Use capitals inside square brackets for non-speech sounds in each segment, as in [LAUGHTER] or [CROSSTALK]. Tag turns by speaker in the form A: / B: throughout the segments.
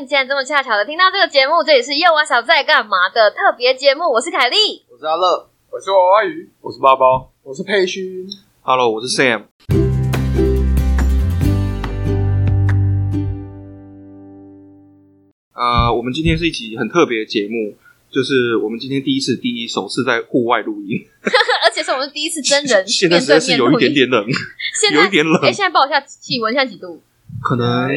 A: 你竟然这么恰巧的听到这个节目，这里是夜晚小在干嘛的特别节目，我是凯莉。 [LAUGHS]
B: 我是阿乐，
C: 我是娃娃鱼，我是包包
B: 我是佩勋。
C: ，Hello，我是 Sam。呃，我们今天是一期很特别的节目，就是我们今天第一次、第一首次在户外录音，
A: 而且是我们第一次真人
C: 现在
A: 面
C: 实在
A: 对
C: 是
A: 面
C: 有一
A: 录
C: 点
A: 音。
C: 点冷，
A: 现在
C: 有一点冷
A: 哎、，现在报一下气温，现在几度？
C: 可能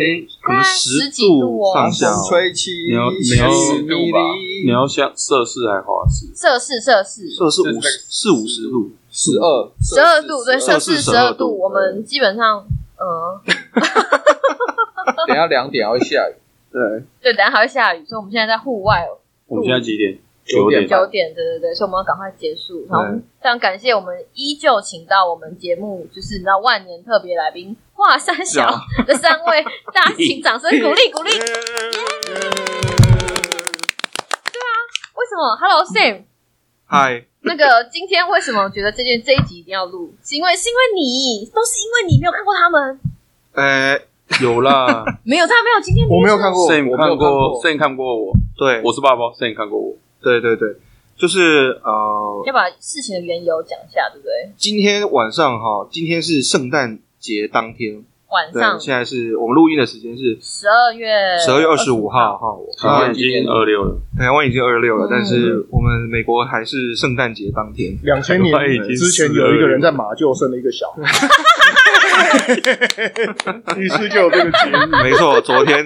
C: 可
A: 大概
C: 能
A: 哎十几度
C: 度
A: 哦
C: 上下哦。
B: 吹气，
D: 你要你要你要想摄氏还华氏？
A: 摄氏摄氏
C: 摄氏五十四五十度，
B: 十二
A: 十二度，对，摄
C: 摄
A: 氏
C: 氏
A: 十二
C: 12度
A: 度。我们基本上，呃，
B: [LAUGHS] 等一下两点还会下雨，
C: 对，
A: 对，等一下还会下雨，所以我们现在在户外哦，
D: 我们现在几点？
B: 九点
D: 点。
A: 九点，对对对，所以我们要赶快结束。然后我们非常感谢我们依旧请到我们节目，就是你知道万年特别来宾华山小的三位，大家请掌声鼓励鼓励。为什么？Hello Sam，
C: 嗨，
A: 那个今天为什么觉得这件这一集一定要录？是因为是因为你，都是因为你没有看过他们，
C: 呃，
D: 有啦
A: 没有他没有今天
B: 我没有看过，
D: ，Sam
B: 我没
D: 看过
B: 有过，
D: ，Sam 看过我，
C: 对，
D: 我是爸爸，Sam 看过我。
C: 对对对，就是呃，
A: 要把事情的缘由讲一下，对不对？
C: 今天晚上哈，今天是圣诞节当天，
A: 晚
C: 对
A: 上，
C: 现在是我们录音的时间是
A: 十二月
C: 十二月
A: [LAUGHS]
C: 二十五号哈，
D: 今
C: 台
D: 天
C: 湾
D: 已经二六了，
C: 台湾已经二十六了
A: 嗯，
C: 但是我们美国还是圣诞节当天，
E: 两千年之前有一个人在马厩生了一个小孩，于是就有这个节日。
C: 没错，昨天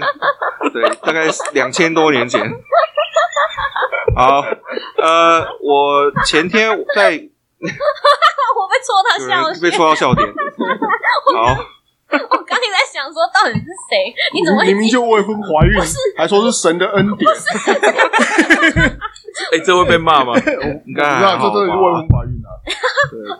C: 对，大概两千多年前。好，呃，我前天在有
A: 我被戳到笑
C: 人
A: 穴
C: 被，戳到笑点，好，
A: 我刚才在想说到底是谁？你怎么会
E: 明明就未婚怀孕，还说是神的恩典？
D: 哎，这会被骂吗？
C: 你
E: 不
C: 看
E: 知
C: 还啊
E: 道这
C: 好
E: 真的是未
C: 吧
E: 婚？怀孕啊！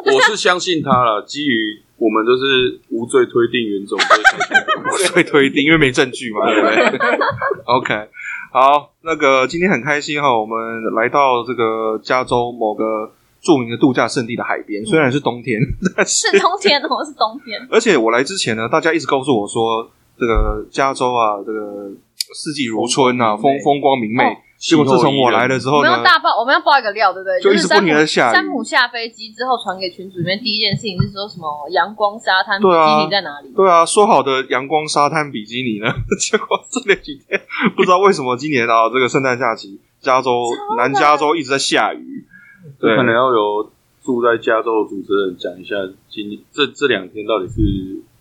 D: 我是相信他了，基于我们都是无罪推定原则，我们就相信
C: 被推定，因为没
A: [LAUGHS]
C: 证据嘛，对不对？OK，好，那个今天很开心哦哈，我们来到这个加州某个著名的度假胜地的海
A: 嗯
C: 边，虽然是冬天，
A: 是冬天哦？是冬天，
C: 而且我来之前呢，大家一直告诉我说，这个加州啊，这个四季如春啊，风风光明媚
A: 哦。
C: 结果自从我来了之
A: 我
C: 后
A: 们
C: 呢
A: 要，大爆，我们要爆一个料，对不对？
C: 就一
A: 是
C: 直
A: 山
C: 不
A: 姆
C: 停地下雨
A: 山姆下飞机之后传给群组里面第一件事情是说什么阳光沙滩比
C: 对啊
A: 基尼在哪里？
C: 对啊，说好的阳光沙滩比基尼呢， [LAUGHS] 结果这几天不知道为什么今年啊，这个圣诞假期，加州南加州一直在下雨。对，
D: 可能要由住在加州的主持人讲一下，今这这两天到底是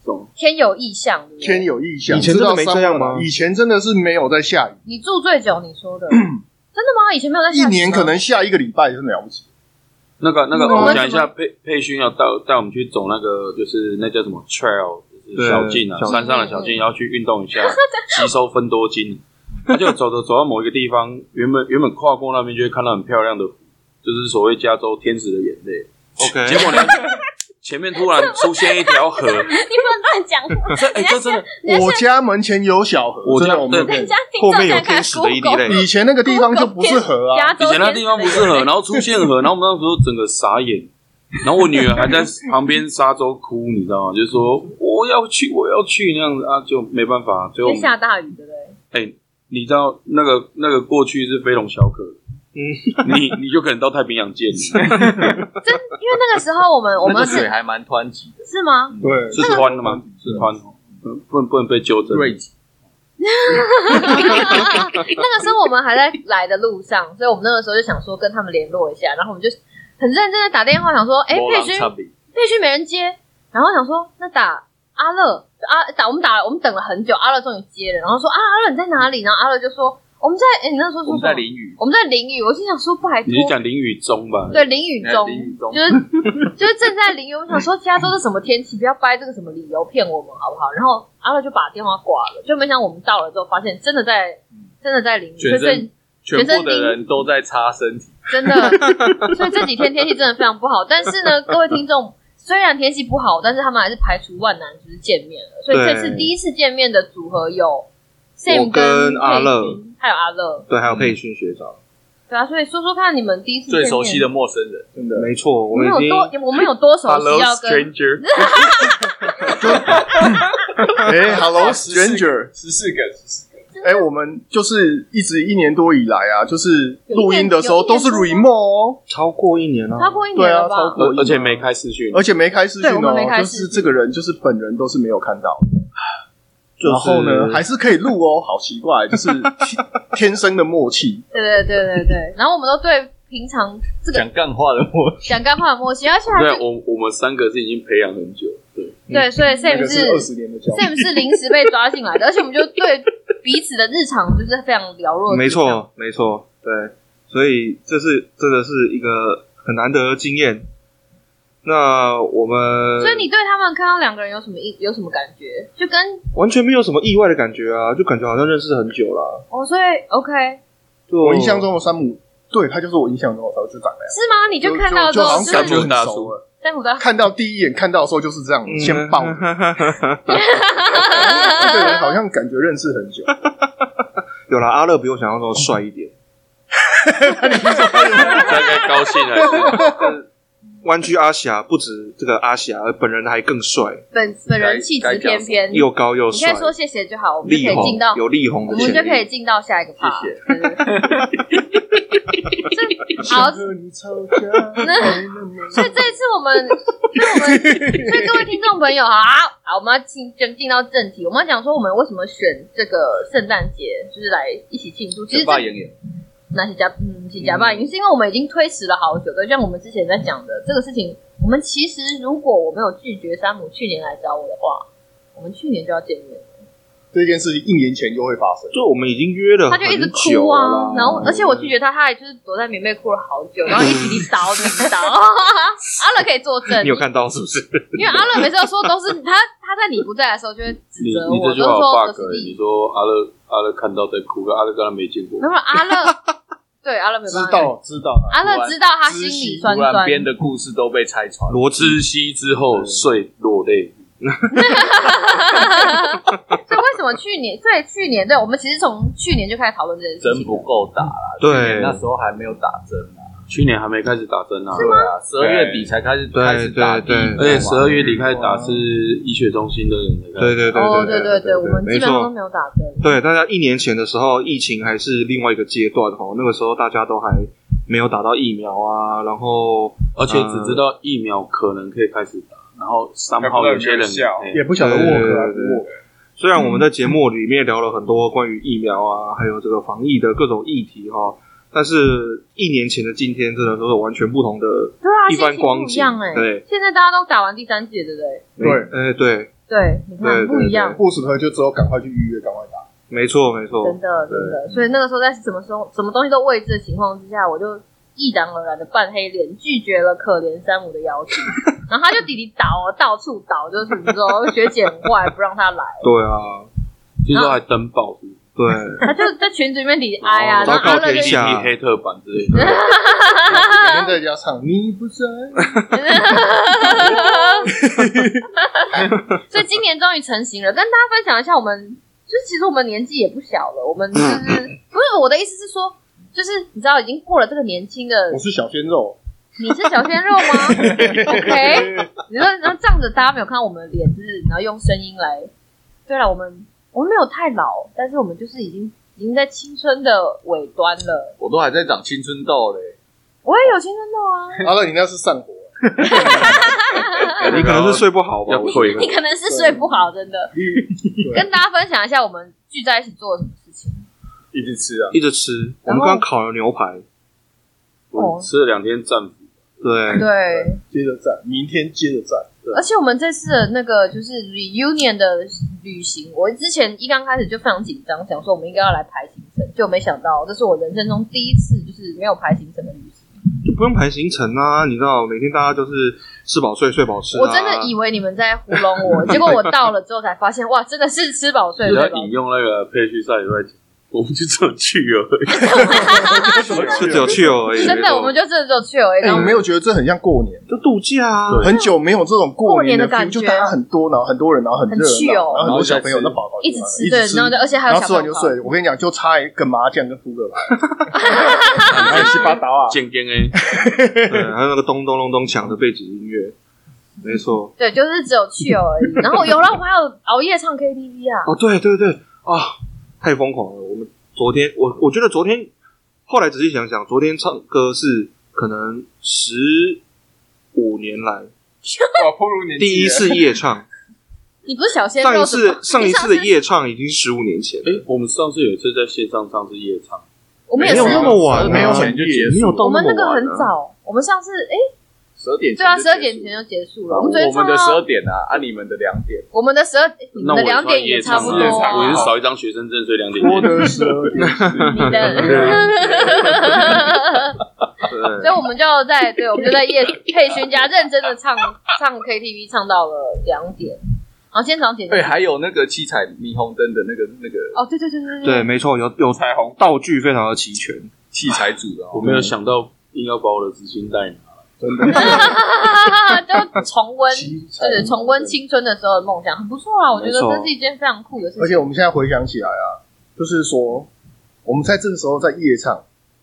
D: 怎么？
A: 天有异象，对不对
E: 天有异象，
C: 以前真的没
E: 知道
C: 这样吗
E: 三万以前真的是没有在下雨，
A: 你住最久，你
C: [CLEARS THROAT]
A: 说的真的吗？以前没有在
E: 一
A: 下雨吗
E: 年可能下一个礼拜是了不起。
D: 那个那个，
A: 那
D: 我
A: 为
D: 讲一
A: 什
D: 下佩佩勋要带带我们去走那个，就是那叫什么 trail，就是
C: 对
D: 小径啊，
C: 小径
D: 山上的小径，要去运动一下，吸收分多精。他就走着走到某一个地方， [LAUGHS] 原本原本跨过那边就会看到很漂亮的湖，就是所谓加州天使的眼泪。
C: OK，
D: 结果呢，前面突然出现一条
A: [LAUGHS]
D: 河，
A: [LAUGHS] 你不能乱讲话，
D: 这哎、这真的，
A: 你在
E: 我家门前有小河，
D: 我
E: 真
D: 家
E: 的我们
A: 人家听
C: 后
A: 众
C: 面有
A: 在看
C: 天使的一 E 滴
A: Google，
C: 泪。
E: 以前那个地方就不是河啊
A: 加，
D: 以
A: 州
D: 前那地方不是河，然后出现河，然后我们那时候整个傻眼，然后我女儿还在旁边沙洲哭，你知道吗？就说我要去，我要去那样子啊，就没办法，最后
A: 因为
D: 我们
A: 下大雨，对不对？
D: 哎、你知道那个那个过去是非同小可，嗯，你你就可能到太平洋见，是
A: 真因为那个时候我们我
B: 那
A: 们
B: 个
A: 是
B: 水还蛮湍急的，
A: 是吗？
E: 对，
D: 湍的吗？是湍哦，嗯不能不能被纠正。
B: 瑞吉
A: [LAUGHS] 那个时候我们还在来的路上，所以我们那个时候就想说跟他们联络一下，然后我们就很认真的打电话，想说，哎、佩君，佩君没人接，然后想说那打阿乐，阿打我们打了，我们等了很久，阿乐终于接了，然后说啊，阿乐你在哪里？然后阿乐就说我们在，哎、你那时候
B: 我
A: 说
B: 们
A: 什么
B: 在淋雨，哎
A: 我们在淋雨，我心想说拜托
D: 你，是讲淋雨中吧？
A: 对，淋雨中，
B: 淋雨中
A: 就是就是正在淋雨，我想说加州是什么天气，不要掰这个什么理由骗我们好不好？然后阿乐就把电话挂了，就没想到我们到了之后，发现真的在真的在淋雨，所以
B: 全身
A: 这
B: 全部的人都在擦身体，
A: 真的，所以这几天天气真的非常不好。但是呢，各位听众，虽然天气不好，但是他们还是排除万难，就是见面了。所以这次
C: 对
A: 第一次见面的组合有 Sam
C: 我跟阿乐
A: 佩君还有阿乐，
C: 对，还有佩勋学长，
A: 对啊，所以说说看你们第一次
B: 最
A: 见
B: 熟
A: 面
B: 悉的，陌生人
C: 真的没错，
A: 我
C: 我
A: 们
C: 们已
A: 有
C: 经
A: 多我们有多熟
B: ，Hello
A: 悉要跟
B: stranger，
A: [LAUGHS]
E: 哎
B: [LAUGHS]
E: ，Hello stranger，
B: 十四个，十四个，
A: 是
E: 哎、我们就是一直一年多以来啊，就是录音的时候
A: 有一年
E: 都是
A: 有一
E: remote 哦，
C: 超过一年了、
A: 超过一年
E: 对啊
A: 了吧？
E: 超过
D: 而而且没开视讯，
E: 而且没开视讯
A: 对我们没
E: 哦，
A: 开
E: 就
A: 视讯
E: 是这个人就是本人都是没有看到，
C: 就是
E: 然后呢还是可以录哦， [LAUGHS] 好奇怪，就是天天生的默契。
A: 对对对对对。然后我们都对平常这个
B: 讲干话的我，
A: 讲干话很默契，而且还
D: 对啊
A: 是
D: 我我们三个是已经培养很久，对，
A: [LAUGHS]
D: [LAUGHS]
A: 对，所以 Sam
E: 那个
A: 是
E: 二十年的交易，
A: Sam 是临时被抓进来的，而且我们就对彼此的日常就是非常了若指掌
C: 没，错，没错，对，所以这是这个是一个很难得的经验。那我们
A: 所以你对他们看到两个人有什么印有什么感觉？就跟
C: 完全没有什么意外的感觉啊，就感觉好像认识很久了。
A: 哦，所以 OK
C: 就
E: 我印象中的山姆，对他就是我印象中的，他就长那样，
A: 是吗？你就看到
E: 就
A: 这
E: 就好
A: 种
E: 像感
A: 是
E: 觉很
D: 山姆大叔
E: 熟了。
A: 在牡丹，
E: 看到第一眼看到的时候就是这样，
C: 嗯
E: 先
A: [LAUGHS]
E: 抱着。这个人好像感觉认识很久，
C: 有了阿乐比我想象中的帅一点，
D: 大概高兴还是
C: 湾区阿霞不止这个阿霞，本人还更帅，
A: 本本人气质翩翩，
C: 又高又
A: 你可
C: 帅
A: 以，说谢谢就好，我们就
C: 力
A: 可以
C: 宏
A: 进到
C: 有力宏
A: 我
C: 的
A: 们就
C: 潜
A: 可以
C: 力。
A: 进到下一个 part。
B: 谢
A: 对对对这 [LAUGHS] 好，
E: 和你吵架，
A: 那所以这一次我们，所以我们，所以各位听众朋友好好，我们要进进进到正题，我们要讲说我们为什么选这个圣诞节，就是来一起庆祝。其实
B: 陈
A: 这
B: 爸演演，
A: 那些假嗯是假扮，因为是因为我们已经推迟了好久，对，像我们之前在讲的这个事情，我们其实如果我没有拒绝山姆去年来找我的话，我们去年就要见面了。
E: 这件事情一年前就会发生。
C: 就我们已经约
A: [LAUGHS]
C: 了
A: 他就一直
C: 很久
A: 哭
C: 了
A: 啊
C: 啦，
A: 然后而且我拒绝他，他还就是躲在棉被哭了好 [LAUGHS] 久，然后一直滴倒滴倒。 [LAUGHS] 阿乐可以作证，
C: 你有看到是不是？
A: 因为阿乐每次都说都是他，他在你不在的时候就会指
D: 你
A: 责
D: 你
A: 我，
D: 这
A: 都
D: 句话有
A: 说
D: bug，
A: 都是
D: 欸
A: 你。
D: 你说阿乐阿乐看到在哭，可阿乐跟他没见过
A: 没，有阿乐，对阿乐没
E: 知
A: 办法，
E: 道知道啊，
A: 阿乐知道他心里酸
B: 突然
A: 酸，
B: 编的故事都被拆穿，
C: 罗志
D: 知悉之后遂落泪，
A: 所以为什么去年？对，去年对，我们其实从去年就开始讨论这件事
B: 针
A: 情
B: 不
A: 了。
B: 够打啦，
C: 对，
B: 那时候还没有打针啊，
D: 去年还没开始打针啊，
B: 对啊，十二月底才开始
C: 对
B: 开始打第一
C: 对
B: 针嘛
D: 而且十二月底开始打是医学中心的人才开
C: 对
D: 始，
C: 对对
A: 哦，
C: 对
A: 对
C: 对，
A: 我们基
C: 没
A: 本上
C: 错
A: 都没有打针。
C: 对，大家一年前的时候，疫情还是另外一个阶段哦，那个时候大家都还没有打到疫苗啊，然后
D: 而且只知道疫苗可能可以开始打，然后三号有些人哎
E: 也不晓得
C: 对
E: 沃克还
C: 对对
E: 是沃克，
C: 虽然我们在节目里面聊了很多关于疫苗啊，还有这个防疫的各种议题哈、哦但是一年前的今天，真的都是完全不同的
A: 对啊，
C: 一
A: 心
C: 番
A: 情
C: 光
A: 不一
C: 景
A: 样。哎。
C: 对，
A: 现在大家都打完第三剂，对不对？
E: 对
C: 哎、对，
A: 对，你
C: 对
A: 看不
C: 对
A: 一样，
E: 布什特就只有赶快去预约，赶快打。
C: 没错，没错，
A: 真的真的。所以那个时候在什么时候、什么东西都未知的情况之下，我就毅然而然的扮黑脸，拒绝了可怜山姆的邀
C: [LAUGHS]
A: 请。然后他就滴滴倒，到处倒，就是你说学姐很坏，不让他来，
C: 对啊，
D: 听说还登报，
A: [LAUGHS]
C: 对，
A: 他就在群组里面滴哎呀，
D: 哦
A: 然后阿
C: 昭告
A: 乐
C: 天
A: 就
C: 下
D: 一批黑特版之类的，
E: 每天在家唱，你不在，
A: [LAUGHS] 所以今年终于成型了，跟大家分享一下，我们就是其实我们年纪也不小了，我们就是不是我的意思是说，就是你知道已经过了这个年轻的
E: [LAUGHS] 我，是小鲜肉，
A: 你是小鲜肉吗？OK，你说然后仗着大家没有看到我们的脸，就是然后用声音来，对了，我们我们没有太老，但是我们就是已经已经在青春的尾端了。
B: 我都还在长青春痘嘞，
A: 我也有青春痘
E: [LAUGHS]
A: 啊，
E: 阿乐你那是散伙，
C: 你可能是睡不好吧？
D: 要
C: 我
D: 退了
A: 你。可能是睡不好，真的。跟大家分享一下我们聚在一起做了什么事情。
B: 一直吃啊，
C: 一直吃，我
A: 然后
C: 们刚烤了牛排，
D: 我吃了两天战斧，
A: [LAUGHS]
C: 对，
A: 对，
E: 接着战，明天接着战。
A: 而且我们这次的那个就是 reunion 的旅行，我之前一刚开始就非常紧张，想说我们应该要来排行程，就没想到这是我人生中第一次就是没有排行程的旅行。
C: 就不用排行程啊，你知道，每天大家就是吃饱睡，睡饱吃、啊。
A: 我真的以为你们在糊弄我，结果我到了之后才发现，哇，真的是吃饱睡
D: 你要
A: 睡饱。
D: 引用那个配去赛以外，我们就只有去而已。
C: 就只有去而已，
A: 真的，我们就真的就去而已。
E: 哎，
A: 然
E: 你
A: 后
E: 没有觉得这很像过年？
C: 就度假啊，
D: 对
E: 很久没有这种过
A: 过
E: 年
A: 年的感
E: feel，
A: 觉
E: 就大家很多，然后很多人，然后很热
A: 很趣
E: 闹，
A: 哦
E: 然后很多小朋友，那宝宝
A: 一直吃，对，然
E: 然
A: 后
E: 后
A: 就而且还
E: 然
A: 有小
E: 后吃
A: 朋友
E: 完就睡。我跟你讲，就差一个麻将跟扑克牌，还有西巴达啊，
D: 健健哎，
C: 对，还有那个咚咚咚咚响的背景音乐，没错。
A: 对，就是只有去而已。然后有了，我还有熬夜唱 KTV 啊，
C: 哦，对对对，啊，太疯狂了。我们昨天，我我觉得昨天后来仔细想想，昨天唱歌是可能十五年来
B: 哇，暴露年纪
C: 第一次夜
A: [LAUGHS]
C: 唱，
A: 你不是小鲜肉
C: 上一
A: 怎
C: 次
A: 么
C: 上一次
A: 你
C: 的夜唱已经十五年前了，
D: 哎、我们上次有一次在线上唱是夜唱，
A: 我们也
C: 没
A: 是
C: 有，那么晚啊，
E: 没有
B: 很
E: 就结束
C: 没有
A: 我
C: 到
A: 们
C: 么
A: 那个
C: 晚
A: 很
C: 啊。
A: 早，我们上次哎，
B: 十二点前
A: 对啊，
B: 就
A: 十二
B: 结
A: 点
B: 束
A: 前就结束了。
B: 我
A: 们昨天唱
B: 们的十二
A: 到
B: 点啊，按你们的两点，
A: 我们的十二，你
D: 那
A: 们
D: 我
A: 的
D: 也
A: 两
D: 算
A: 点
D: 夜
A: 也差
D: 唱
A: 不
D: 啊
A: 多啊。
D: 我也是少一张学生证，所以两点
E: 多
D: 夜。
E: 的十二
A: [LAUGHS]
E: 点，
A: 你的，所以我们就在对，我们就在 [LAUGHS] 叶佩勋家认真的唱唱 KTV，唱到了两点。然后今天早上几
B: 对，
A: 点？
B: 哎还有那个七彩霓虹灯的那个那个
A: 哦，对对对对
C: 对，，没错，有有
B: 彩虹
C: 道具非常的齐全，
B: 器材组的哦，
D: 我没有想到硬要把我的执行带拿，
E: 真
A: [LAUGHS]
E: 的
A: 就重温，
E: 七彩
A: 对，重温青春的时候的梦想，很不错啊。我觉得
C: 没错
A: 这是一件非常酷的事
E: 而
A: 情。
E: 且我们现在回想起来啊，就是说我们在这个时候在夜唱，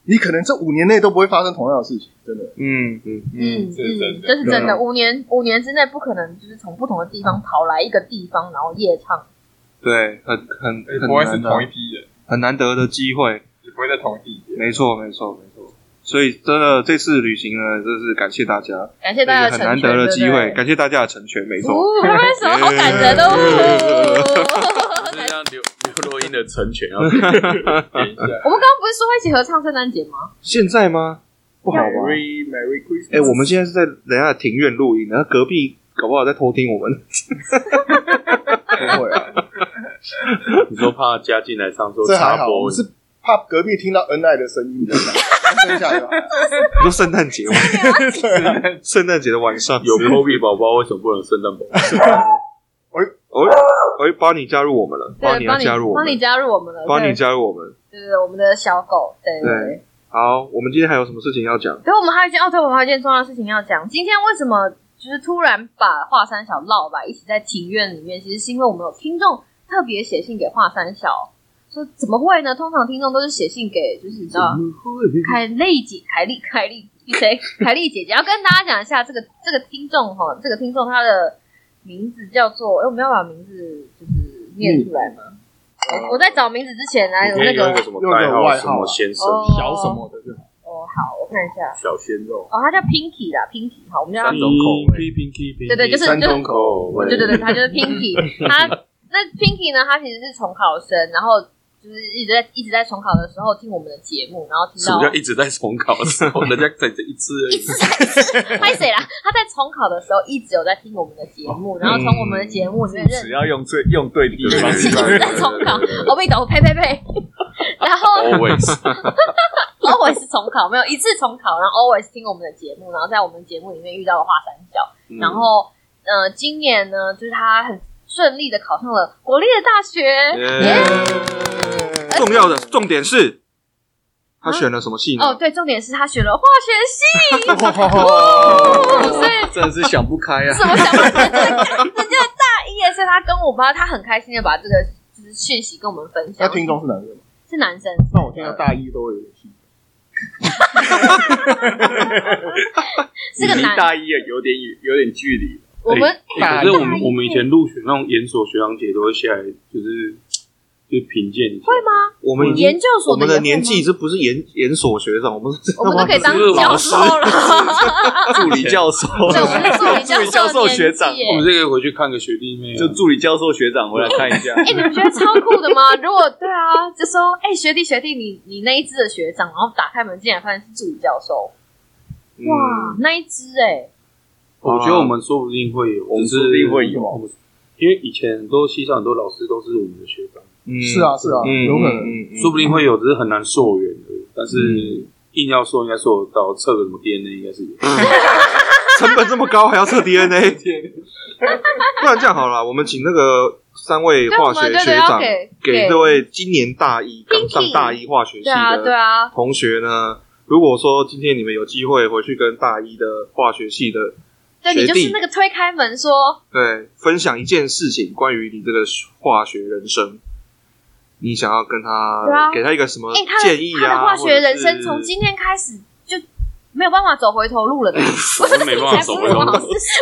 E: 你可能这五年内都不会发生同样的事情，真的。
C: 嗯嗯
A: 嗯嗯，
B: 这是真的
A: 这是真
C: 对啊
A: 的。五年五年之内不可能就是从不同的地方跑来一个地方，然后夜唱。
C: 对，很很
B: 哎
C: 很难的，
A: [LAUGHS]
B: 批人，
C: 很难得的机会，
B: 也不会在同一地点。
C: 没错没错没错。所以真的这次旅行呢，真是感谢大家，
A: 感谢
C: 这
A: 大家的
C: 是很
A: 成
C: 难
A: 全，
C: 得的机
A: 对
C: 会，
A: 不对
C: 感谢大家的成全，没错。
A: 哦，拍拍手，好感人
C: [LAUGHS]
A: 哦！
D: 就是这样刘刘若英的成全啊。
A: [LAUGHS] 我们刚刚不是说一起合唱圣诞节吗？
C: 现在吗？不好吧？
B: Merry Merry Christmas！
C: 哎、我们现在是在人家的庭院录音，然后隔壁搞不好在偷听我们。 [LAUGHS]
E: 不会啊，
D: 你说怕加进来唱
E: [LAUGHS]
D: 说
E: 这还
D: 插
E: 好，我
D: 播
E: 们，是怕隔壁听到恩爱的声音的，剩下
A: [LAUGHS]
E: 就好了。
C: 你说圣诞节吗？
A: 啊
C: 圣诞节的晚上
D: 有 Kobe 宝宝为什么不能圣诞宝宝？
C: 哦哎，帮你加入我们了，帮
A: 对，
C: 你要
A: 帮你
C: 加入我
A: 帮你
C: 们，
A: 加入我们了，
C: 帮你
A: 对
C: 加入我们。
A: 对对，我们的小狗，对对对。
C: 好，我们今天还有什么事情要讲？
A: 对，我们还有一件哦，对，我们还有一件重要的事情要讲。今天为什么就是突然把华山小绕吧一起在庭院里面？其实是因为我们有听众特别写信给华山小，说怎么会呢？通常听众都是写信给就是你知道凯丽姐、凯丽、凯丽谁？凯丽姐姐要跟大家讲一下这个这个听众哈，这个听众他的名字叫做，哎，我们要把名字就是念出来吗？我我在找名字之前来，有
D: 嗯你可
A: 那
D: 以用一个什么代
E: 用一个外
D: 号，
E: 号啊
D: 什么先生、
A: 哦
E: 小什么的就好，
A: 哦，好，我看一下，
D: 小鲜肉，
A: 哦，他叫 Pinky 啦，Pinky，好，我们叫他
D: 三种口味，
A: 对对就是
E: 三
A: 就
E: 种口。
D: 口味，
A: 对对对，他就是
D: [LAUGHS]
A: Pinky。他那 Pinky 呢，他其实是重考生，然后就是一直在一直在重考的时候听我们的节目，然后听
D: 什
A: 到
D: 么叫一直在重考的
A: [LAUGHS]
D: 时候，人家在这一次而
A: 一
D: 已
A: 直在 [LAUGHS] 拍谁啦？他在重考的时候一直有在听我们的节目，然后从我们的节目里面认
B: 只要用最用对地
D: 对
B: 方，
D: 对
A: 识在重考，我被抖，呸呸呸。 [LAUGHS] 然后
D: 哦 always
A: always 重考，没有一次重考，然后 always 听我们的节目，然后在我们节目里面遇到了华山小。
D: 嗯
A: [LAUGHS] 然后呃，今年呢，就是他很顺利的考上了国立的大学。
C: 耶重要的重点是，他选了什么戏呢？
A: 哦，对，重点是他选了化学
E: [LAUGHS]
A: 系，所以
B: 真的是想不开啊！
A: 是我想问， [LAUGHS] 人家大一的时候，他跟我妈，他很开心的把这个就是讯息跟我们 [LAUGHS] 分
E: 那
A: 享。
E: 听众是男生吗？
A: 是男生，
E: 那我听到大一都会有点气。
A: 是个
B: 离
A: 男，
B: 大一也有点远有点距离，
A: 我们
D: 欸可是我们我们以前入学那种研所学长姐都会下来，就是就评鉴一下，会吗？
C: 我们已经
A: 研究所
C: 我们
A: 的也
C: 的
A: 会
C: 年纪
A: 吗，
C: 这不是研研所学长，我们是
A: 我们都可以当
D: 我们是
A: 教
D: 老
A: 授了。
B: 助理教授，
A: [LAUGHS] 对，我们是助理
B: 助理
A: 教
B: 教授
A: 授的
B: 学
A: 年纪
B: 长，
A: 耶
D: 我们这个回去看个学弟妹啊，
B: 就助理教授学长回来看一下。
A: 哎、你们觉得超酷的吗？如果对啊，就说哎、学弟学弟，你你那一支的学长，然后打开门进来发现是助理教授，
C: 嗯
A: 哇，那一支哎、
D: 我觉得我们说不定会有，
B: 我们
D: 只是
B: 哦说不定会有
D: 我们因为以前很多系上很多老师都是我们的学长，
C: 嗯
E: 是啊，，是啊，
C: 嗯，
E: 有可能。
C: 嗯嗯嗯
D: 说不
A: [LAUGHS]
D: 定会有，只是很难溯源而已。但是
B: 嗯
D: 硬要说，应该说得到测个什么 DNA 应该是
B: [LAUGHS]
D: 有。
C: 成本这么高，还要测 DNA，不然这样好了，我们请那个三位
A: 对，我
C: 化
A: 们
C: 学
A: 对
C: 学
A: 对要
C: 长，
A: 给
C: 给这位今年大一刚
A: Pinky
C: 上大一化学系
A: 对啊对
C: 的
A: 啊，
C: 同学呢，如果说今天你们有机会回去跟大一的化学系的
A: 对你
C: 学
A: 就是
C: 弟
A: 那个推开门说，
C: 对分享一件事情，关于你这个化学人生，你想要跟
A: 对啊
C: 他给他一个什么
A: 哎、他的
C: 建议
A: 他的
C: 啊？
A: 化学人
C: 或者
A: 生
C: 是
A: 从今天开始就没有办法走回头路
C: [LAUGHS]
A: 了的。
D: 我们没办法
A: 才
D: 走
A: 不
D: 回
A: 是 [LAUGHS]
D: 头
A: 好
D: [LAUGHS] 路
A: [LAUGHS] 事，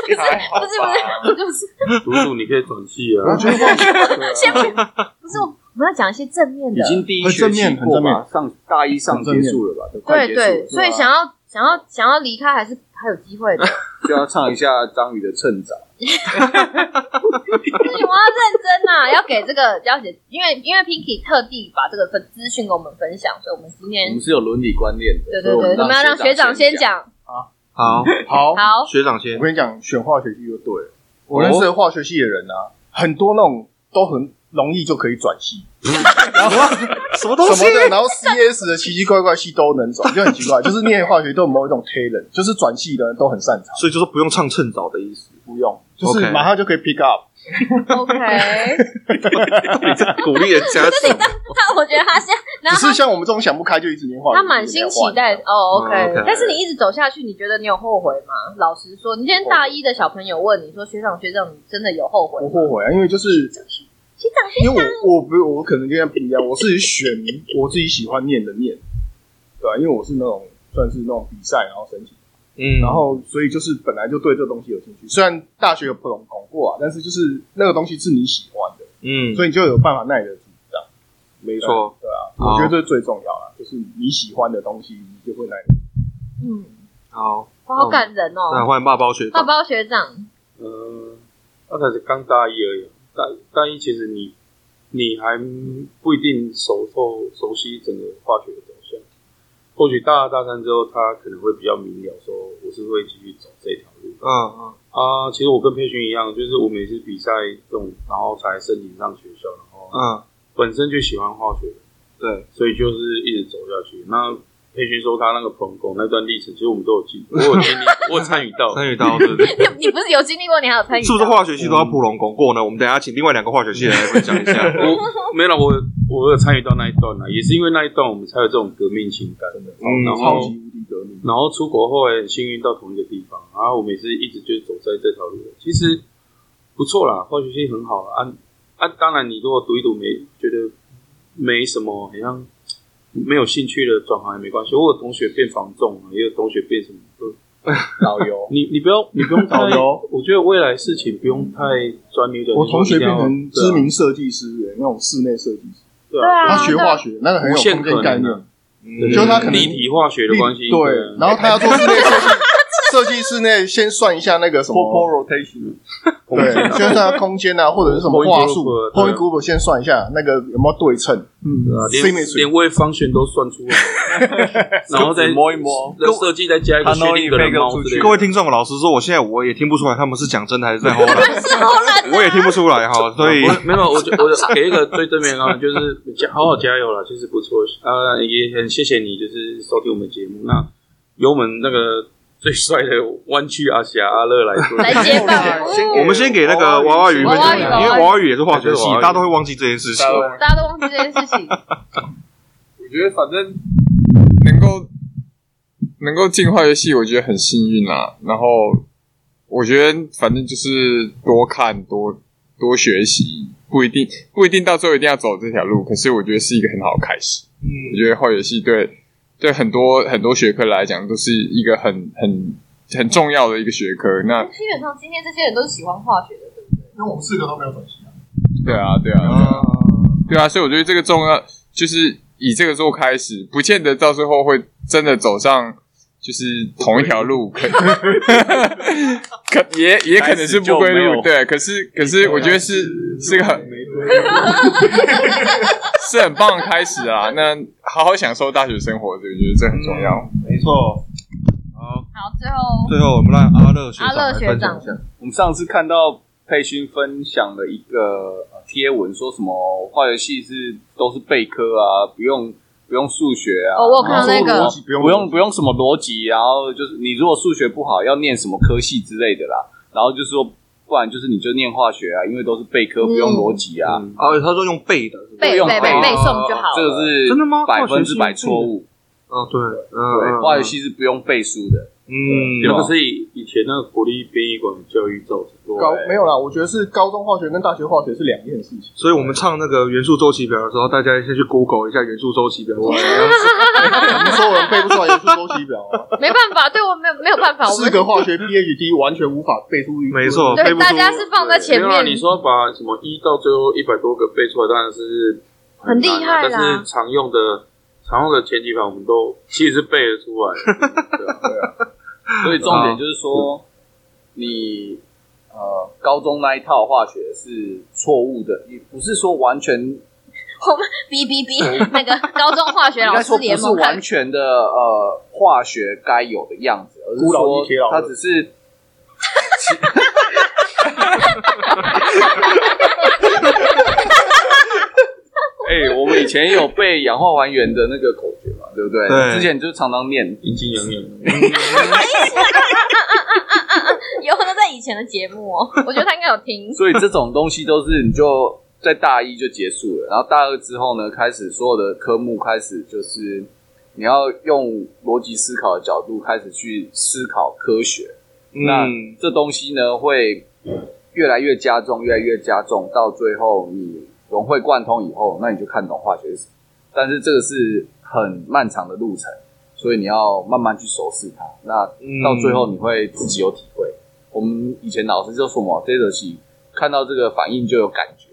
A: 不是不是不是不是，
D: 读读你可以转系啊
E: 我，觉得化学，
A: 先不不是我我们要讲一些正面的
B: 已。经第一
E: 很
B: 学
E: 正
B: 期
E: 面很
B: 过
E: 正
B: 吧，上大一上
E: 很
B: 结
E: 正面
B: 束了吧，都快
A: 对
B: 结束了，
A: 对，所以想要想要想要离开还是还有机会的， [LAUGHS]
B: 就要唱一下张宇的《趁早》。
A: 嗯就是我要认真呐、 [LAUGHS] 要给这个要写，因为因为 Pinky 特地把这个分资讯给我们分享，所以我们今
B: 我
A: 天
D: 嗯
B: 们是有伦理观念的，
A: 对
B: 所以
A: 对对，
B: 我
A: 我们要让学长先
B: 先。
A: 讲。
C: 好，
E: 好，
A: 好，
C: 学长先
E: 我，跟你讲，选化学系就对了。
C: 哦
E: 我认识的化学系的人啊，很多那种都很容易就可以转系，
C: 什么
E: 什么的，然后 CS 的奇奇怪怪系都能转，就很奇怪。就是念化学都有某一种 talent，就是转系的人都很擅长，
C: 所以就是不用唱趁早的意
E: [LAUGHS]
C: 思。
E: 不用，就是
C: OK
E: 马上就可以 pick up。
A: OK，
C: 鼓励人家什么？
A: 那我觉得他现在，然
E: 只
A: 后
E: 是像我们这种想不开就一直念化学，
A: 他满心期待哦，OK，,
C: 嗯，OK
A: 但是你一直走下去，你觉得你有后悔吗？老实说，你今天大一的小朋友问你说，学长学长，你真的有后悔
E: 不
A: 吗？
E: 后悔啊，因为就是
A: 学长学
E: 因为我我不我可能跟他不一样，我是选我自己喜欢念的念，对啊，因为我是那种算是那种比赛然后申请。
C: 嗯，
E: 然后所以就是本来就对这东西有兴趣，虽然大学有不同广过啊，但是就是那个东西是你喜欢的，
C: 嗯，
E: 所以你就有办法耐得住这样。
C: 没错，
E: 对啊，
C: 好
D: 哦
E: 我觉得这最重要啦，就是你喜欢的东西，你就会耐得住。
A: 嗯，
C: 好，
A: 我好感人
C: 那
A: 哦，
C: 换爸包学
A: 抱
C: 长，
A: 抱学长，
D: 呃，那才是刚大一而已，啊大大一其实你你还不一定熟透熟悉整个化学的走向，或许大二大三之后，他可能会比较明了，说我是会继续走这条路
C: 嗯嗯
D: 啊。其实我跟佩勋一样，就是我每次比赛这种，然后才申请上学校，然后
C: 嗯，
D: 本身就喜欢化学，
C: 对，
D: 所以就是一直走下去。那佩勋说他那个朋友那段历程，其实我们都有经，我有经历，我有参与到，
C: 参与到对不对？
A: [LAUGHS] 你你不是有经历过，你还有参与到？
C: 是不是化学系都要普龙拱过呢？我们等一下请另外两个化学系的来分享一下。
E: 嗯
D: 我没了，我我有参与到那一段啦，也是因为那一段我们才有这种革命情感。真的，
C: 嗯
D: 然
E: 超
D: 后
E: 级无敌革命，
D: 然后出国后也很幸运到同一个地方，然后我们也是一直就走在这条路，其实不错啦，化学系很好啊啊！当然你如果读一读没觉得没什么，好像没有兴趣的转行也没关系。我有同学变房仲啊，也有同学变什么都，
E: [LAUGHS] 导游
D: [LAUGHS] 你你不要你不用太
E: [LAUGHS] 导游，
D: 我觉得未来事情不用太钻牛角尖。
E: 我同学变成知
D: 对啊
E: 名设计师，欸那种室内设计师，
D: 对
A: 对啊
E: 他
D: 啊，
E: 学化学，那个很有
D: 无限
E: 空
D: 可
E: 间概
D: 能
E: 念
D: 啊。
C: 嗯
E: 就他可能
D: 立体化学的关系，
E: 对，然后他要做室内设计，设计室内先算一下那个什
B: p o p o
E: 么。
B: rotation，
D: 空
E: 对
D: 间啊，
E: 先算空间啊，或者是什么
D: Point
E: 话术
D: group，对
E: ，point group 先算一下那个有没有对称，嗯
D: 对啊连
E: symmetry
D: 连位方旋都算出来，
E: [LAUGHS]
D: 然后再
B: 手指摸一摸，
D: 再设计再加一个
B: 他弄
D: 确定的人
B: 一个
D: 猫之类
C: 各
D: 的。
C: 位听众，老实说，我现在我也听不出来他们是讲真的还是在胡乱，
A: 是好烂
C: 我也听不出来哈。所以
D: 我没有，我就我就给一个最正面的刚就是加好好加油了，就是不错，呃，也很谢谢你，就是收听我们节目。那由我们那个最帅的湾区阿霞阿乐来说，
A: 来接棒，
C: 我们先给那个娃娃鱼分享一下，因为娃娃鱼也是化学系，大家都会忘记这件事情。
A: 哦大家都忘记这件事
B: [LAUGHS]
A: 情，
F: 我觉得反正能够能够进化学系，我觉得很幸运啦、然后我觉得反正就是多看多多学习，不一定不一定到最后一定要走这条路，可是我觉得是一个很好的开始。我
C: 嗯，
F: 觉得化学系对对很多很多学科来讲都是一个很很很重要的一个学科。那
A: 基本上今天这些人都是喜欢化学的，对不对？
E: 因为我们四个都没有转系啊。
F: 对啊，对啊，
C: 嗯
F: 对啊对啊，所以我觉得这个重要，就是以这个做开始，不见得到最后会真的走上就是同一条路，
B: [LAUGHS]
F: 可可也也可能是不归
B: 开始就没
F: 路，
B: 有
F: 对。可是可是，我觉得是是个很
B: [LAUGHS]
F: 是很棒的开始啊。那好好享受大学生活，我觉得这很重要。
C: 没错。好，
A: 好，最后
C: 最后我们让阿乐学
A: 阿
C: 长来
A: 乐学
C: 分享
A: 长
C: 一下。
B: 我们上次看到佩勋分享了一个呃贴文，说什么化学系是都是备科啊，不用不用数学啊。
A: 哦我有看到那个
B: 然后
E: 逻辑
B: 不
E: 不用
B: 用不用不用什么逻辑，然后就是你如果数学不好，要念什么科系之类的啦。然后就说，不然就是你就念化学啊，因为都是备科，
A: 嗯
B: 不用逻辑啊。
D: 嗯
C: 哦，他说用背的，
A: 背
B: 用
A: 背
B: 背
A: 背背诵就好
B: 这
A: 了。
B: 个是
C: 真的吗
B: 百分之百错误。
C: 哦，对，
B: 对，
C: 嗯，
B: 化学，系是不用背书的。
C: 嗯，
D: 那个是以以前那个国立殡仪馆的教育造成的。
E: 高没有啦，我觉得是高中化学跟大学化学是两件
C: [LAUGHS]
E: 事情。
C: 所以我们唱那个元素周期表的时候，大家先去 Google 一下元素周期表。
E: 我们所有人背不出来元素周期表啊，
A: [LAUGHS] 没办法，对我没有没有办法，我
E: 四
A: 们
E: 个化学 PhD 完全无法背出一个。
C: 没错背
A: 对
C: 不出
A: 大家是放在前
D: 没有啦啊
A: 面，
D: 你说把什么一到最后一百多个背出来，当然是
A: 很厉
D: 难啊
A: 害
D: 但
A: 啦
D: 是常用的常用的前几盘我们都其实是背得出来的，对啊对啊，
B: 所以重点就是
E: 啊
B: 说，你呃高中那一套化学是错误的，你不是说完全，应
A: 哔哔哔， [LAUGHS] 那个高中化学老
B: 该
A: 师
B: 说不
A: 联
B: 是
A: 盟
B: 完全的呃化学该有的样子，而是
E: 孤老
B: 说
E: 一贴老二
B: 它只是哎、我们以前有背氧化还原的那个口诀嘛，对不对？
C: 对
B: 之前就常常念，
D: 阴茎痒痒。
A: 有很多在以前的节目
B: [LAUGHS]。
A: 哦，我觉得他应该有听
B: 所以这种东西都是你就在大一就结束了，然后大二之后呢，开始所有的科目开始就是你要用逻辑思考的角度开始去思考科学，那
C: 嗯，
B: 这东西呢会越来越加重，越来越加重，到最后你融会贯通以后，那你就看懂化学是什么。但是这个是很漫长的路程，所以你要慢慢去熟悉它。那到最后你会自己有体会。我们以前老师就说嘛，这个戏看到这个反应就有感觉，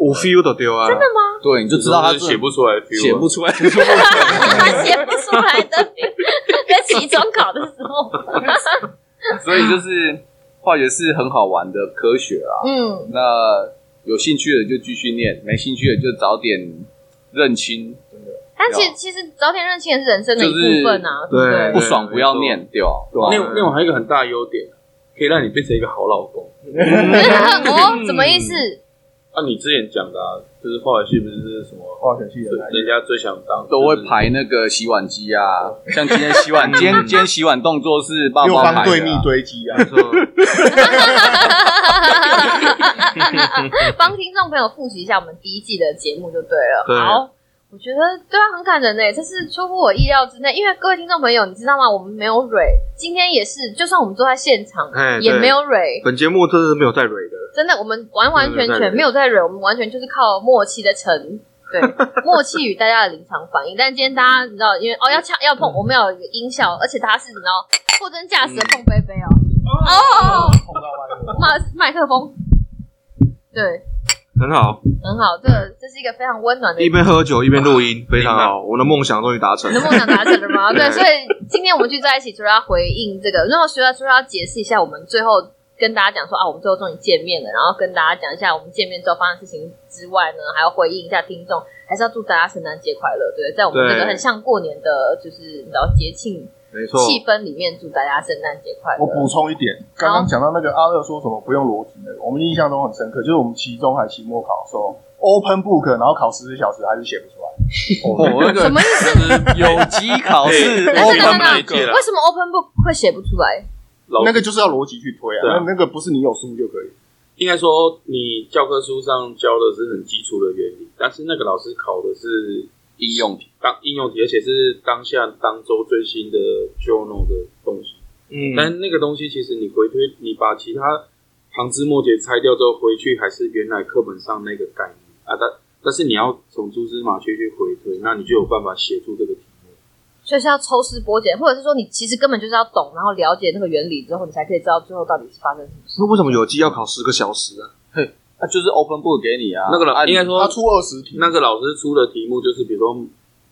C: 我 feel 都丢啊，真的吗？
B: 对，你就 [LAUGHS] 知道他
D: 是写不出来的 feel 啊，
B: 写不出来。 [LAUGHS]
A: 写不出来的，在期中考的时候，
B: [LAUGHS] 所以就是化学是很好玩的科学啊。
A: 嗯，
B: 那有兴趣的就继续念，没兴趣的就早点认清，真的
A: 但其实其实早点认清也是人生的一部分啊，
C: 就是
A: 对不
B: 不
A: 对？
B: 爽不要念对吧？对啊
D: 那种那种还有一个很大的优点，可以让你变成一个好老公。
A: [LAUGHS]
C: 嗯
A: 哦，什么意思？
D: 按你之前讲的啊，就是化学系不是什么
E: 化学系的来源
D: 人家最想当
B: 都会排那个洗碗机啊， [LAUGHS] 像今天洗碗，今天今天洗碗动作是爸
E: 右
B: 爸排的、
E: 方
B: 啊，
E: 对密堆积啊，
A: 帮听众朋友复习一下我们第一季的节目就对了。
C: 对
A: 好，我觉得对啊，很感人呢，这是出乎我意料之内。因为各位听众朋友，你知道吗？我们没有蕊，今天也是，就算我们坐在现场
C: 哎，
A: 也
C: 对
A: 没有蕊。
C: 本节目真的是没有在蕊的，
A: 真的，我们完完全
C: 没有在
A: 全
C: 蕊
A: 没有在蕊，我们完全就是靠默契的成。对，默契与大家的临场反应。但今天大家你知道，因为哦要呛要碰，我们要有一个音效，而且它是你知道货真价实的碰杯杯哦。哦，
E: 碰到外面
A: 麦麦克风，对，
C: 很好，
A: 很好，这个这是一个非常温暖的
C: 一边喝酒一边录音，非常好，我的梦想终于达成
A: 你
C: 了
A: 的。梦想达成了吗？对，
C: 对
A: 所以今天我们聚在一起，除了要回应这个，然后除了除了要解释一下，我们最后跟大家讲说啊，我们最后终于见面了，然后跟大家讲一下我们见面之后发生的事情之外呢，还要回应一下听众，还是要祝大家圣诞节快乐，对，在我们这个
C: 对
A: 很像过年的，就是你知道节庆
C: 没错，
A: 气氛里面，祝大家圣诞节快
E: 我
A: 乐。
E: 补充一点，刚刚讲到那个阿乐说什么不用逻辑那个，我们印象中很深刻，就是我们期中还期末考的时候，open book，然后考十四小时还是写不出来。
B: 哦，那个
A: 什么意思？
B: 有机考试 [LAUGHS]
A: 等等等
B: ，open
A: 等
D: 那一
B: mic
D: 届啦
A: 为，什么 Open Book 会写不出来？
B: [LAUGHS]
D: 老
E: 那个就是要逻辑去推啊，
D: 对啊
E: 那那个不是你有书就可以。
D: 应该说你教科书上教的是很基础的原理，但是那个老师考的是
B: 应用题，
D: 当应用题，而且是当下当周最新的 journal 的东西。
C: 嗯
D: 但那个东西其实你回推，你把其他旁枝末节拆掉之后，回去还是原来课本上那个概念啊。但但是你要从蛛丝马迹去回推，那你就有办法写出这个题目。
A: 所以是要抽丝剥茧，或者是说你其实根本就是要懂，然后了解那个原理之后，你才可以知道最后到底是发生什么事。
C: 那为什么有机要考十个小时啊？
B: 那就是 open book 给你啊。
D: 那个老
B: 啊
D: 应该说
E: 他出二十题，
D: 那个老师出的题目就是，比如说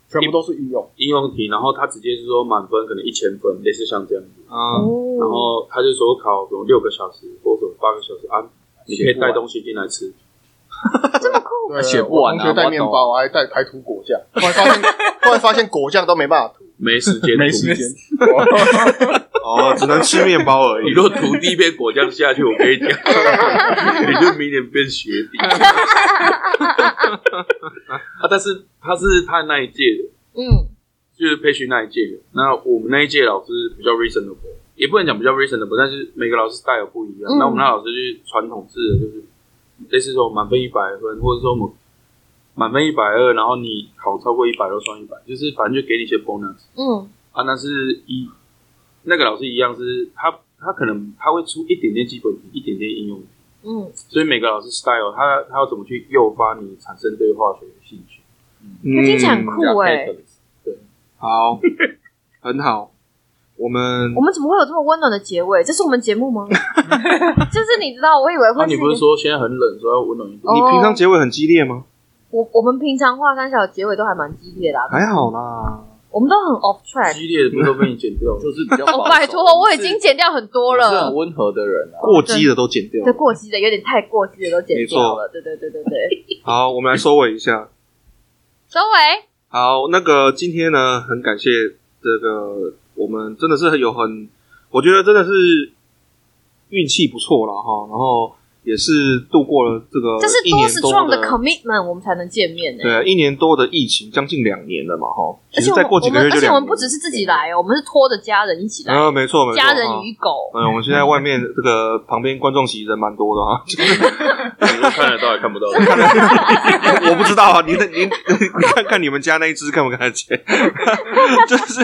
E: 全部都是应用。
D: 应用题，然后他直接是说满分可能一千分，类似像这样子。
A: [LAUGHS]
C: 嗯，
D: 然后他就说考什么六个小时或者八个小时啊，你可以带东西进来吃。
E: 对
B: 写不完啊
E: 我同学带面包，还带还涂果酱，后来发现后来发现果酱都没办法涂，
D: 没时
B: [LAUGHS]
D: 间，
E: 没时间。
C: 哦，只能吃面包而
D: [LAUGHS] 你
C: 已。
D: 若涂第一片果酱下去，我跟你讲，你就明年变学弟。啊，但是他是他那一届的，
A: 嗯，
D: 就是培训那一届的。那我们那一届老师比较 reasonable，也不能讲比较 reasonable，但是每个老师 style 不一样。
A: 嗯
D: 那我们那老师就是传统制的，就是类似说满分一百分，或者说我们满分一百二，然后你考超过一百都算一百，就是反正就给你一些 bonus。
A: 嗯，
D: 啊，那是一那个老师一样是，他他可能他会出一点点基本题，一点点应用题，
A: 嗯，
D: 所以每个老师 style 他他要怎么去诱发你产生对化学的兴趣？
A: 那 [LAUGHS] 听起来很
C: 嗯
A: 酷哎、
C: 好，很好。我们
A: 我们怎么会有这么温暖的结尾？这是我们节目
C: [LAUGHS]
A: 吗？就是你知道，我以为
D: 那、
A: 会
D: 啊你
A: 一
C: 啊
D: 不
A: 个
D: 是说现在很冷，说要温暖一点？
A: 哦
C: 你平常结尾很激烈吗？
A: 我我们平常画三小结尾都还蛮激烈的、啊，
C: 还好啦。
A: 我们都很 off track。
D: 激烈的不都被你剪 [LAUGHS] 掉了？
B: 就是比较保守。
A: 哦，拜托，我已经剪掉很多
B: 我是很
A: 了，
B: 温和的人啊。
C: 过激的都剪掉
A: 这。过激的有点太过激的都剪
C: 没错
A: 掉了。对对对对对，
C: 好，我们来收尾一下。
A: 收尾。
C: 好，那个今天呢，很感谢这个我们真的是有很，我觉得真的是运气不错了哈，然后也是度过了这个
A: 这是
C: 呃一
A: 多
C: 年
A: 是
C: 多
A: strong 的
C: 的
A: commitment，我们才能见面呢、
C: 对啊一年多的疫情，将近两年了嘛哈，
A: 而
C: 其
A: 且
C: 实
A: 我
C: 再
A: 们
C: 过几个
A: 我
C: 月
A: 们
C: 就
A: 而且
C: 两
A: 我
C: 年
A: 们不只是自己来哦，我们是拖着家人一起来，
C: 啊，没错没错，
A: 家人
C: 哈
A: 与狗。
C: 嗯，我们现在外面这个旁边观众席人蛮多的啊哈，
D: 你都看得到还看不到？
C: [LAUGHS] 我不知道啊，你你你看看你们家那一只看不看得见？ [LAUGHS] 就是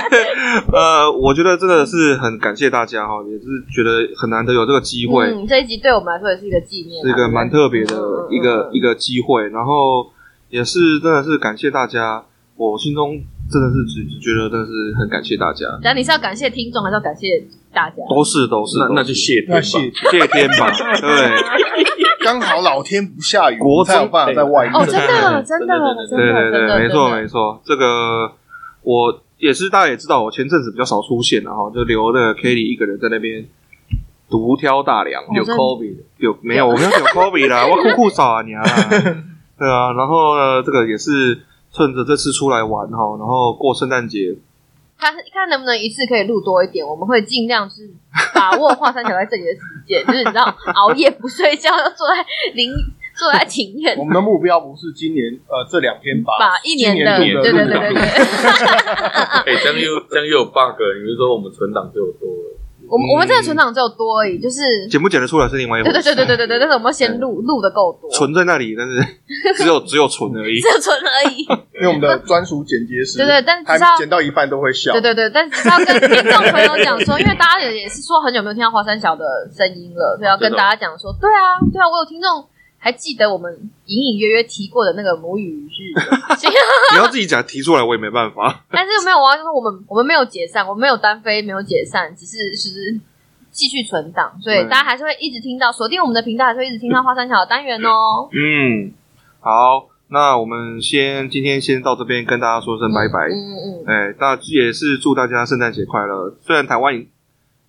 C: 呃，我觉得真的是很感谢大家哈，也是觉得很难得有这个机会，
A: 嗯，这一集对我们来说也是一个纪念啊，
C: 是一个蛮特别的
A: 嗯
C: 一个、一个机会，然后也是真的是感谢大家，我心中真的是只只觉得真的是很感谢大家，
A: 然后你是要感谢听众，还是要感谢大家？
C: 都是都是，
D: 那那
C: 都
D: 就是谢天
E: 那
D: 吧。
E: 谢
C: 谢天吧，对
E: 刚好老天不下雨，
C: 国
E: 我们才有
C: 中
E: 办法在外面。
A: 哦，真的，
C: 对
A: 真的，真
C: 对
A: 的，
C: 对
A: 真的，
C: 对，没错
A: 真的
C: 没错，这个我也是大家也知道，我前阵子比较少出现然后就留了 Kelly 一个人在那边。独挑大梁，
A: 哦真的
B: COVID，
C: 有没有？我没有有 COVID 啦，我酷酷少
A: [LAUGHS]
C: 啊你啊啦。对啊，然后呢，这个也是趁着这次出来玩哈，然后过圣诞节，
A: 看看能不能一次可以录多一点，我们会尽量是把握华山小在这里的时间，就是你知道熬夜不睡觉，要坐在林坐在庭院
E: [LAUGHS] 我们的目标不是今年呃这两天把
A: 嗯把一年的，
E: 今年
A: 对
E: 度
A: 对对
E: 的
A: 对对，
D: 哎，这样又这样又有 bug，你就说我们存档就有多了。
A: 我们我们这个存档只有多而已，就是
C: 剪不剪得出来是另外一回
A: 对对
C: 事。
A: 对对对对对，但是我们要先录录的够多，
C: [LAUGHS] 存在那里，
A: [LAUGHS]
C: 但是只有只有存而已。
A: 只有存而已，
E: 因为我们的专属剪接师，
A: 对对，但是
E: 还
A: 只要
E: 剪到一半都会笑。
A: 对对对，但是要跟听众朋友讲说，因为大家也也是说很久没有听到华山小的声音
C: [LAUGHS]
A: 了，所以要跟
D: 真的哦
A: 大家讲说，对啊，对啊，我有听众还记得我们隐隐约约提过的那个母语日，
C: [LAUGHS] 你要自己讲提出来，我也没办法。
A: 但是没有，我要说我们我们没有解散，我们没有单飞，没有解散，只是是继续存档，所以
C: 对
A: 大家还是会一直听到，锁定我们的频道，还是会一直听到华山小的单元哦。
C: 嗯，好，那我们先今天先到这边跟大家说声拜拜。
A: 嗯嗯，
C: [LAUGHS] 哎，那也是祝大家圣诞节快乐。虽然台湾已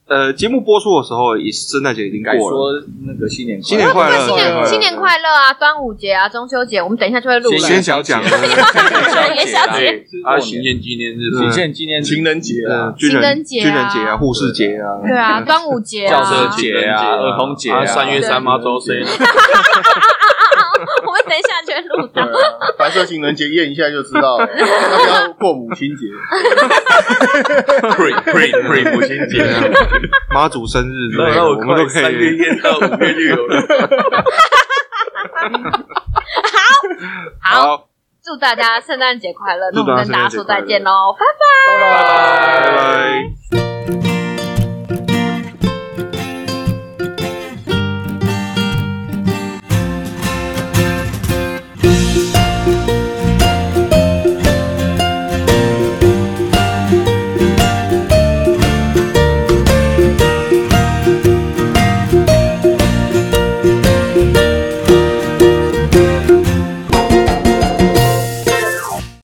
C: 呃节目播出的时候，也是圣诞节已经过
B: 改
C: 了，
B: 说那个新年
C: 新年快乐，
A: 新年新年快乐啊，端午节啊，中秋节，我们等一下就会录了。
C: 先想讲了，
A: [LAUGHS] 元宵节
D: 啊，
B: 啊，
D: 行
B: 年
D: 年纪念日
C: 嗯
B: 体现今年
E: 情人节
C: 呃，
E: 啊，
C: 军
A: 情
C: 人
A: 人节啊
C: 军人节啊，护士节啊，
A: 对啊，端午节
B: 教
A: 啊，
B: 师节啊，儿童节啊，
D: 啊，三月三妈周谁呢？
A: 我们等一下就会录
E: 对
A: 到。
E: 啊，白色情人节验一下就知
A: [LAUGHS]
E: 道了，要不要过母亲节？
D: pre pre pre 母亲节啊，
C: 妈祖生日之类
D: 那
C: 的，
D: 我
C: 我们都
D: 快
C: 可
D: 三月
C: 以。
D: 验到五月就有了。
A: 好，，祝大家圣诞节快乐！那我们跟大家说再见喽，拜拜。
E: 拜拜
C: 拜拜。